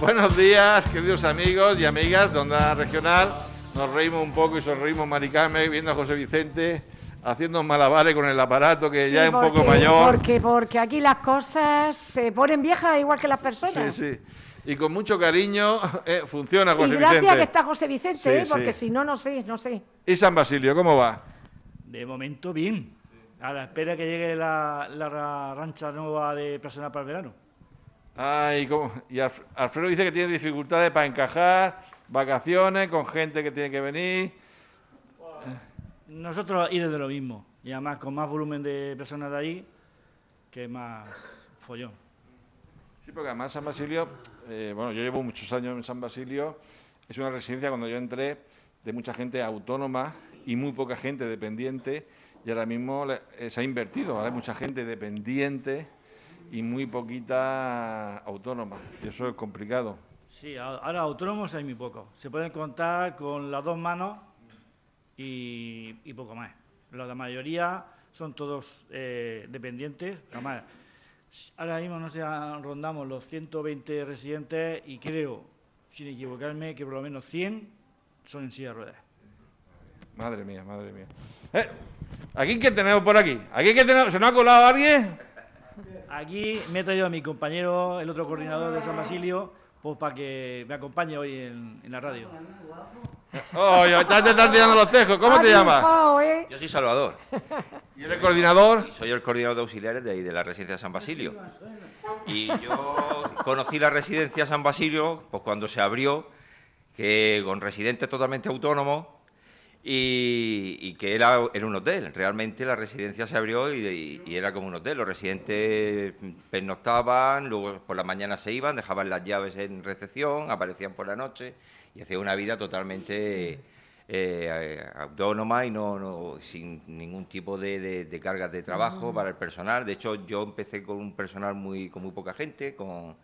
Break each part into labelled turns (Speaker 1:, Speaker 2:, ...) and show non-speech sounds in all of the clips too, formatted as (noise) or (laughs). Speaker 1: Buenos días, queridos amigos y amigas de Onda Regional. Nos reímos un poco y sonreímos Maricarme viendo a José Vicente haciendo malabares con el aparato que
Speaker 2: Sí,
Speaker 1: ya es un poco
Speaker 2: porque-
Speaker 1: mayor.
Speaker 2: Porque, porque aquí las cosas se ponen viejas igual que las
Speaker 1: Sí,
Speaker 2: personas.
Speaker 1: sí. Y con mucho cariño eh, funciona
Speaker 2: Y
Speaker 1: José
Speaker 2: gracias
Speaker 1: Vicente.
Speaker 2: que está José Vicente,
Speaker 1: Sí,
Speaker 2: ¿eh?
Speaker 1: sí.
Speaker 2: porque si no, no sé, no sé.
Speaker 1: Y San Basilio, ¿cómo va?
Speaker 3: De momento bien. A la espera que llegue la, la ra- rancha nueva de personal para el verano.
Speaker 1: Ay, ¿cómo? Y Alf- Alfredo dice que tiene dificultades para encajar, vacaciones, con gente que tiene que venir.
Speaker 3: Nosotros y desde lo mismo. Y además con más volumen de personas de ahí que más follón.
Speaker 1: Sí, porque además San Basilio, eh, bueno, yo llevo muchos años en San Basilio, es una residencia cuando yo entré de mucha gente autónoma y muy poca gente dependiente, y ahora mismo le- eh, se ha invertido, ahora hay mucha gente dependiente y muy poquita autónoma, y eso es complicado.
Speaker 3: Sí, a- ahora autónomos hay muy pocos. Se pueden contar con las dos manos y, y poco más. La, la mayoría son todos eh, dependientes. Además, s- ahora mismo no se han- rondamos los 120 residentes y creo, sin equivocarme, que por lo menos 100 son en silla de ruedas.
Speaker 1: Madre mía, madre mía. Eh, ¿Aquí qué tenemos por aquí? ¿Aquí qué tenemos? ¿Se nos ha colado alguien?
Speaker 3: Aquí me he traído a mi compañero, el otro coordinador de San Basilio, pues para que me acompañe hoy en, en la radio.
Speaker 1: Oh, ya ya te están tirando los tejos. ¿Cómo
Speaker 2: Ha
Speaker 1: te llamas?
Speaker 2: triunfado, ¿eh?
Speaker 4: Yo soy Salvador
Speaker 1: ¿Y eres coordinador?
Speaker 4: y soy el coordinador de auxiliares de ahí, de la residencia San Basilio. Y yo conocí la residencia San Basilio pues, cuando se abrió, que con residentes totalmente autónomos y, y que era, era un hotel. Realmente la residencia se abrió y, y- y era como un hotel. Los residentes mm, pernoctaban, luego por la mañana se iban, dejaban las llaves en recepción, aparecían por la noche y hacían una vida totalmente eh, autónoma y no, no- sin ningún tipo de, de- de cargas de trabajo para el personal. De hecho, yo empecé con un personal muy con muy poca gente, con,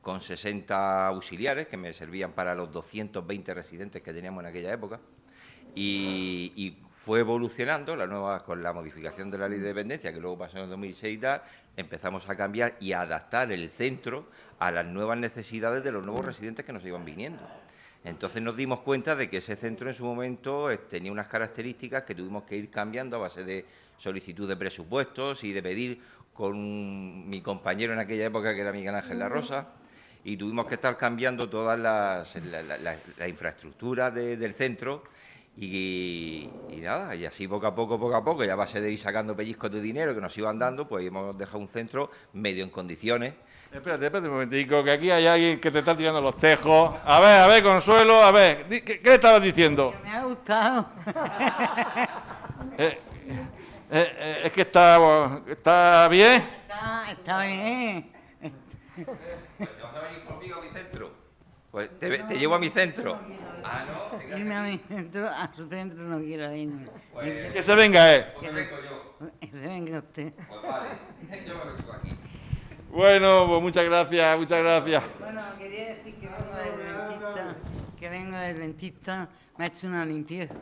Speaker 4: con 60 auxiliares que me servían para los 220 residentes que teníamos en aquella época y, y fue evolucionando la nueva con la modificación de la ley de dependencia que luego pasó en el 2006 y tal, empezamos a cambiar y a adaptar el centro a las nuevas necesidades de los nuevos residentes que nos iban viniendo. Entonces nos dimos cuenta de que ese centro en su momento eh, tenía unas características que tuvimos que ir cambiando a base de solicitud de presupuestos y de pedir con mi compañero en aquella época que era Miguel Ángel La Rosa y tuvimos que estar cambiando todas las la, la- la- la infraestructura de- del centro y, y nada, y así poco a poco, poco a poco, ya a base de ir sacando pellizcos de dinero que nos iban dando, pues hemos dejado un centro medio en condiciones.
Speaker 1: Espérate, espérate un momentico, que aquí hay alguien que te está tirando los tejos. A ver, a ver, Consuelo, a ver, di- ¿qué, qué le estabas diciendo?
Speaker 5: Me ha gustado.
Speaker 1: Eh, eh, eh, es que está, bueno, está bien.
Speaker 5: Está, está bien.
Speaker 4: ¿Te vas a venir conmigo a mi centro? Pues te, te llevo a mi centro. Ah, no, te quedas pues,
Speaker 5: Irme a mi centro, a su centro no quiero irme.
Speaker 1: Que se venga eh. él.
Speaker 4: con el rico pues yo.
Speaker 5: Que se venga usted.
Speaker 4: Pues vale, (laughs) yo me lo quedo aquí.
Speaker 1: Bueno, pues muchas gracias, muchas gracias.
Speaker 5: Bueno, quería decir que vengo del dentista, que vengo del dentista, me ha hecho una limpieza,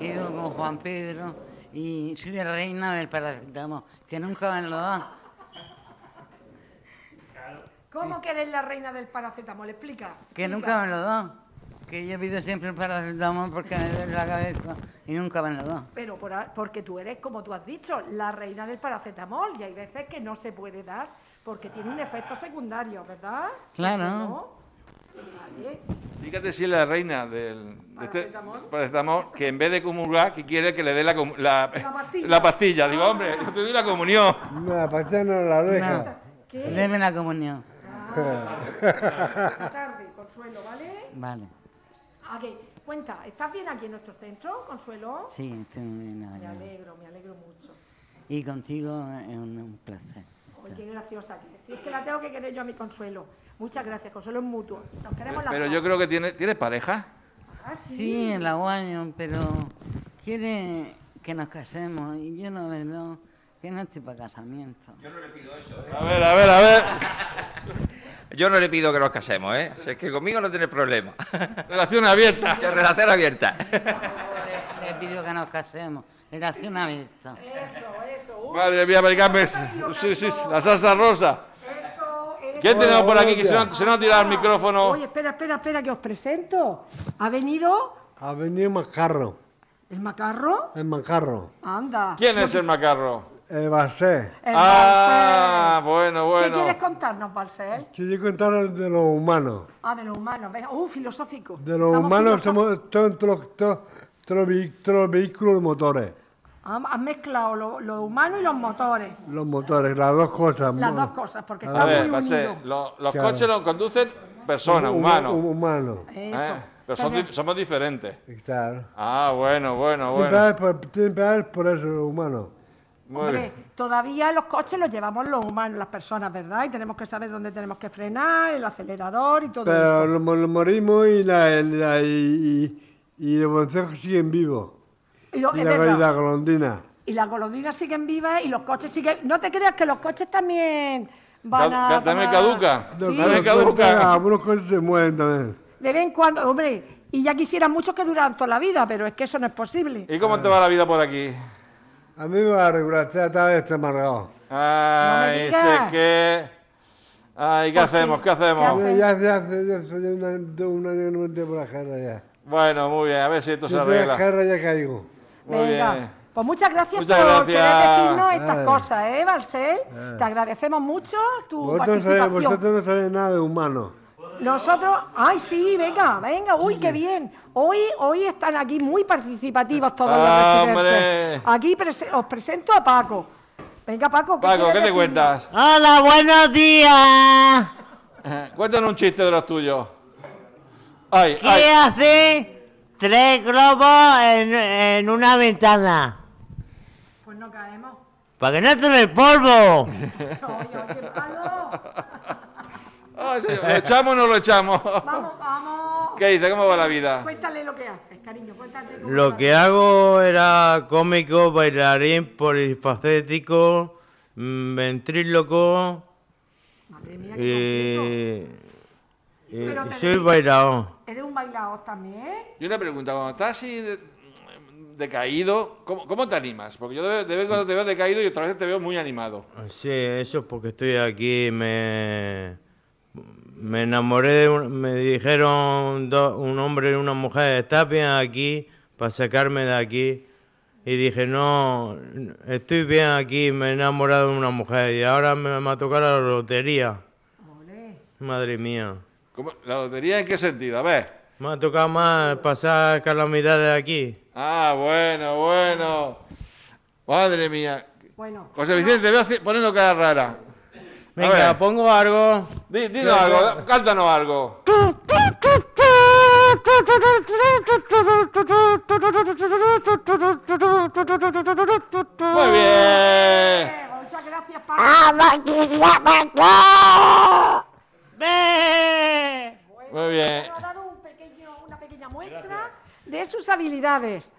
Speaker 5: he ido con Juan Pedro y soy la reina del paracetamol, que nunca me lo da.
Speaker 2: ¿Cómo que eres la reina del paracetamol? Explica.
Speaker 5: Que
Speaker 2: explica.
Speaker 5: nunca me lo da. Que yo pido siempre el paracetamol porque me duele la cabeza y nunca me lo da.
Speaker 2: Pero por a- porque tú eres, como tú has dicho, la reina del paracetamol y hay veces que no se puede dar porque tiene un efecto secundario, ¿verdad?
Speaker 5: Claro.
Speaker 2: Eso no. Vale.
Speaker 1: Fíjate si es la reina del de este
Speaker 2: Paracetamol.
Speaker 1: paracetamol, que en vez de comulgar, que quiere que le dé la, com- la, eh,
Speaker 2: La pastilla.
Speaker 1: la pastilla. Digo, hombre, yo te doy la comunión.
Speaker 6: No, aparte no la oreja.
Speaker 5: No,
Speaker 2: ¿Qué?
Speaker 5: (laughs) deme la comunión.
Speaker 2: Esta tarde, Consuelo, ¿vale?
Speaker 5: Vale,
Speaker 2: Ok, cuenta, ¿estás bien aquí en nuestro centro, Consuelo?
Speaker 5: sí, estoy muy bien
Speaker 2: Me
Speaker 5: ahora.
Speaker 2: alegro, me alegro mucho.
Speaker 5: Y contigo es un, un placer.
Speaker 2: Oye, qué graciosa que es. Si es que la tengo que querer yo a mi Consuelo. Muchas gracias, Consuelo es mutuo. Nos queremos las
Speaker 1: Pero
Speaker 2: dos.
Speaker 1: yo creo que tiene, ¿tienes pareja?
Speaker 2: Ah, sí.
Speaker 5: Sí, el aguaño, pero quiere que nos casemos y yo la verdad que no estoy para casamiento.
Speaker 1: A ver, a ver, a ver.
Speaker 4: Yo no le pido que nos casemos, ¿eh? Si es que conmigo no tiene problema. (laughs)
Speaker 1: Relación abierta.
Speaker 4: Yo relación abierta.
Speaker 5: Le, le pido que nos casemos, relación abierta.
Speaker 2: Eso, eso. uy,
Speaker 1: Madre mía, Maricarmen.
Speaker 2: Ay, lo
Speaker 1: Sí, sí, sí,
Speaker 2: cariño.
Speaker 1: la salsa rosa.
Speaker 2: esto, eres
Speaker 1: ¿Quién tenemos por aquí que se
Speaker 6: Hola,
Speaker 1: nos, se nos ha tirado el micrófono?
Speaker 2: Oye, espera, espera, espera, que os presento. Ha venido
Speaker 6: Ha venido Macarro,
Speaker 2: el macarro.
Speaker 6: el Macarro,
Speaker 2: Anda.
Speaker 1: ¿Quién es el macarro?
Speaker 6: el Basé.
Speaker 2: El
Speaker 1: Ah,
Speaker 2: Balsel.
Speaker 1: bueno,
Speaker 2: ¿Qué
Speaker 1: bueno.
Speaker 2: quieres contarnos, Balsel?
Speaker 6: Quiero contar de los humanos.
Speaker 2: Ah, de los humanos. venga. Uh, filosófico.
Speaker 6: De los
Speaker 2: Estamos
Speaker 6: humanos
Speaker 2: filosóficos.
Speaker 6: somos todos los todos- todos los vehi- todos los vehículos los motores.
Speaker 2: Ah, Has mezclado lo, lo humano y los motores.
Speaker 6: Los motores, las dos cosas.
Speaker 2: Las
Speaker 6: mo-
Speaker 2: dos cosas, porque
Speaker 1: A
Speaker 2: está
Speaker 1: ver,
Speaker 2: muy
Speaker 1: va a ser,
Speaker 2: unido.
Speaker 1: lo- los
Speaker 6: Claro.
Speaker 1: coches los conducen personas,
Speaker 6: hum-
Speaker 1: humanos.
Speaker 6: hum- Humanos.
Speaker 2: Eso.
Speaker 1: ¿eh? Pero son
Speaker 2: Entonces,
Speaker 1: di- somos diferentes.
Speaker 6: Claro.
Speaker 1: Ah, bueno, bueno,
Speaker 6: Tienen
Speaker 1: bueno.
Speaker 6: pedales por- Tienen pedales por eso, los humanos.
Speaker 1: Muy
Speaker 2: Hombre,
Speaker 1: bien.
Speaker 2: todavía los coches los llevamos los humanos, las personas, ¿verdad? Y tenemos que saber dónde tenemos que frenar, el acelerador y todo
Speaker 6: Pero
Speaker 2: esto.
Speaker 6: los mo- los morimos y, la, la- y, y- y los consejos siguen vivos.
Speaker 2: Y, lo-
Speaker 6: Y
Speaker 2: es
Speaker 6: la,
Speaker 2: verdad.
Speaker 6: y la golondrina.
Speaker 2: Y las golondrinas siguen vivas y los coches siguen. No te creas que los coches también van
Speaker 1: Ca-
Speaker 2: a.
Speaker 1: ca- también
Speaker 2: van a-
Speaker 1: caduca.
Speaker 2: Sí,
Speaker 1: No,
Speaker 6: Los-
Speaker 1: Dale,
Speaker 6: los
Speaker 1: caduca.
Speaker 6: coches, Algunos coches se mueven también.
Speaker 2: de vez en cuando, hombre. Y ya quisieran muchos que duraran toda la vida, pero es que eso no es posible.
Speaker 1: ¿Y cómo te va la vida por aquí?
Speaker 6: A mí me va a regular, esta tarde está amargado.
Speaker 1: Ay, sé
Speaker 2: digas.
Speaker 1: que... Ay, ¿qué
Speaker 2: Pues sí,
Speaker 1: hacemos? ¿Qué
Speaker 2: ¿qué
Speaker 1: hacemos?
Speaker 2: hacemos?
Speaker 6: Yo Ya hace, hace, ya hace un año de un año que no me entero por la jarra ya.
Speaker 1: Bueno, muy bien, a ver si esto se
Speaker 6: Yo de la
Speaker 1: arregla.
Speaker 6: jarra ya caigo.
Speaker 1: Muy
Speaker 2: Venga.
Speaker 1: bien.
Speaker 2: Pues muchas gracias
Speaker 1: Muchas
Speaker 2: por
Speaker 1: gracias.
Speaker 2: querer decirnos estas
Speaker 6: Eh.
Speaker 2: cosas, ¿eh, Barcel? Te agradecemos mucho tu
Speaker 6: Vosotros no,
Speaker 2: Uh,
Speaker 6: sabéis,
Speaker 2: participación.
Speaker 6: vosotros no sabéis nada de humano.
Speaker 2: Nosotros, ay sí, venga, venga, uy, qué bien. Hoy, hoy están aquí muy participativos todos los
Speaker 1: Ah, ¡Hombre!
Speaker 2: residentes. Aquí prese- os presento a Paco. Venga, Paco, ¿qué,
Speaker 1: Paco,
Speaker 2: quieres
Speaker 1: ¿qué te
Speaker 2: decirnos?
Speaker 1: cuentas?
Speaker 7: Hola, buenos días.
Speaker 1: Cuéntanos un chiste de los tuyos. Ay,
Speaker 7: ¿Qué
Speaker 1: ay.
Speaker 7: hace tres globos en, en una ventana?
Speaker 2: Pues no caemos.
Speaker 7: Para que no esté en el polvo.
Speaker 2: Oye, oye, Pablo,
Speaker 1: Ay, ¿Lo echamos o no lo echamos? (laughs)
Speaker 2: Vamos, vamos.
Speaker 1: ¿Qué dices? ¿Cómo va la vida?
Speaker 2: Cuéntale lo que haces, cariño, cuéntate cómo
Speaker 7: (laughs) Lo
Speaker 2: lo
Speaker 7: que hago era cómico, bailarín, polifacético, mm, ventríloco
Speaker 2: Madre mía, qué completo.
Speaker 7: y, y-
Speaker 2: Pero
Speaker 7: y
Speaker 2: te
Speaker 7: soy
Speaker 2: dedicas-
Speaker 7: bailador.
Speaker 2: Eres un bailador también.
Speaker 1: Y una pregunta, cuando estás así de- decaído, ¿cómo, cómo te animas? Porque yo de, de vez en cuando te veo decaído y otra vez te veo muy animado.
Speaker 7: Sí, eso es porque estoy aquí. Me, me enamoré, de un- me dijeron do- un hombre y una mujer, ¿estás bien aquí para sacarme de aquí? Y dije, no, estoy bien aquí, me he enamorado de una mujer y ahora me va a tocar la lotería.
Speaker 2: Ole.
Speaker 7: Madre mía.
Speaker 1: ¿Cómo- ¿La lotería en qué sentido? A ver.
Speaker 7: Me ha tocado más pasar calamidades aquí.
Speaker 1: Ah, bueno, bueno. Madre mía.
Speaker 2: Bueno,
Speaker 1: José Vicente, te veo haci- poniendo cara rara. A ver.
Speaker 7: Venga, pues, pongo algo.
Speaker 1: Di- dinos algo, da- cántanos algo. Muy bien.
Speaker 2: eh, muchas gracias, Paco.
Speaker 7: ¡Ve!
Speaker 1: Muy bien.
Speaker 2: pues, Nos ha dado un pequeño- una pequeña muestra de sus habilidades.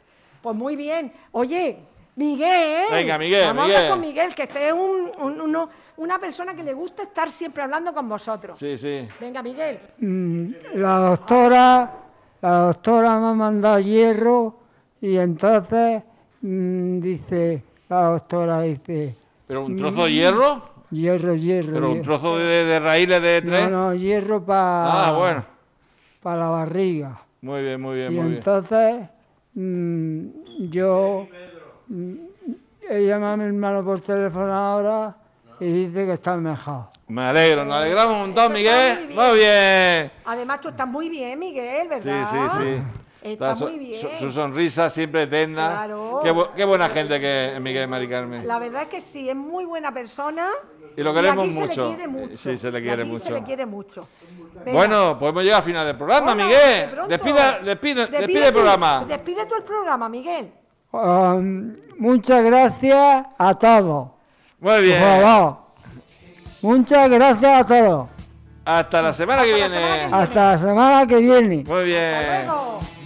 Speaker 2: Pues muy bien. Oye, Miguel.
Speaker 1: Venga, Miguel,
Speaker 2: Vamos a
Speaker 1: Miguel.
Speaker 2: hablar con Miguel, que este es un- un- uno- una persona que le gusta estar siempre hablando con vosotros.
Speaker 1: Sí, sí.
Speaker 2: Venga, Miguel.
Speaker 8: Mm, la doctora, la doctora me ha mandado hierro y entonces mm, dice, la doctora dice,
Speaker 1: ¿Pero un trozo de hierro?
Speaker 8: hierro, hierro.
Speaker 1: ¿Pero un
Speaker 8: hierro".
Speaker 1: trozo de, de raíles de
Speaker 8: No,
Speaker 1: tres?
Speaker 8: no, hierro para
Speaker 1: Ah, bueno.
Speaker 8: la barriga.
Speaker 1: Muy bien, muy bien,
Speaker 8: Y
Speaker 1: muy bien.
Speaker 8: entonces mm, yo, mm, ella me ha llamado por teléfono ahora y dice que está mejor.
Speaker 1: Me alegro, nos alegramos un montón,
Speaker 2: Eso está
Speaker 1: Miguel.
Speaker 2: muy
Speaker 1: Muy bien.
Speaker 2: Además, tú estás muy bien, Miguel,
Speaker 1: Sí,
Speaker 2: ¿verdad?
Speaker 1: sí, sí.
Speaker 2: Está
Speaker 1: su,
Speaker 2: muy bien.
Speaker 1: su- su sonrisa siempre eterna.
Speaker 2: Claro.
Speaker 1: Qué, bu- qué buena gente que es Miguel Mari Carmen.
Speaker 2: La verdad es que sí, es muy buena persona.
Speaker 1: Y lo queremos
Speaker 2: aquí Se
Speaker 1: mucho.
Speaker 2: le quiere mucho.
Speaker 1: Sí, se le
Speaker 2: Y
Speaker 1: quiere
Speaker 2: aquí
Speaker 1: mucho.
Speaker 2: Se le quiere mucho. Venga.
Speaker 1: Bueno, pues hemos llegado al final del programa,
Speaker 2: Hola, de
Speaker 1: Miguel.
Speaker 2: pronto.
Speaker 1: Despida, despide, despide, el
Speaker 2: tú,
Speaker 1: programa.
Speaker 2: Despide tú el programa, Miguel.
Speaker 8: Um, muchas gracias a todos.
Speaker 1: Muy
Speaker 8: Por
Speaker 1: bien.
Speaker 8: favor. Muchas gracias a todos.
Speaker 1: Hasta la semana que
Speaker 2: Hasta la semana
Speaker 1: viene.
Speaker 2: que
Speaker 8: Hasta la semana que viene.
Speaker 1: Muy bien.
Speaker 2: Hasta luego.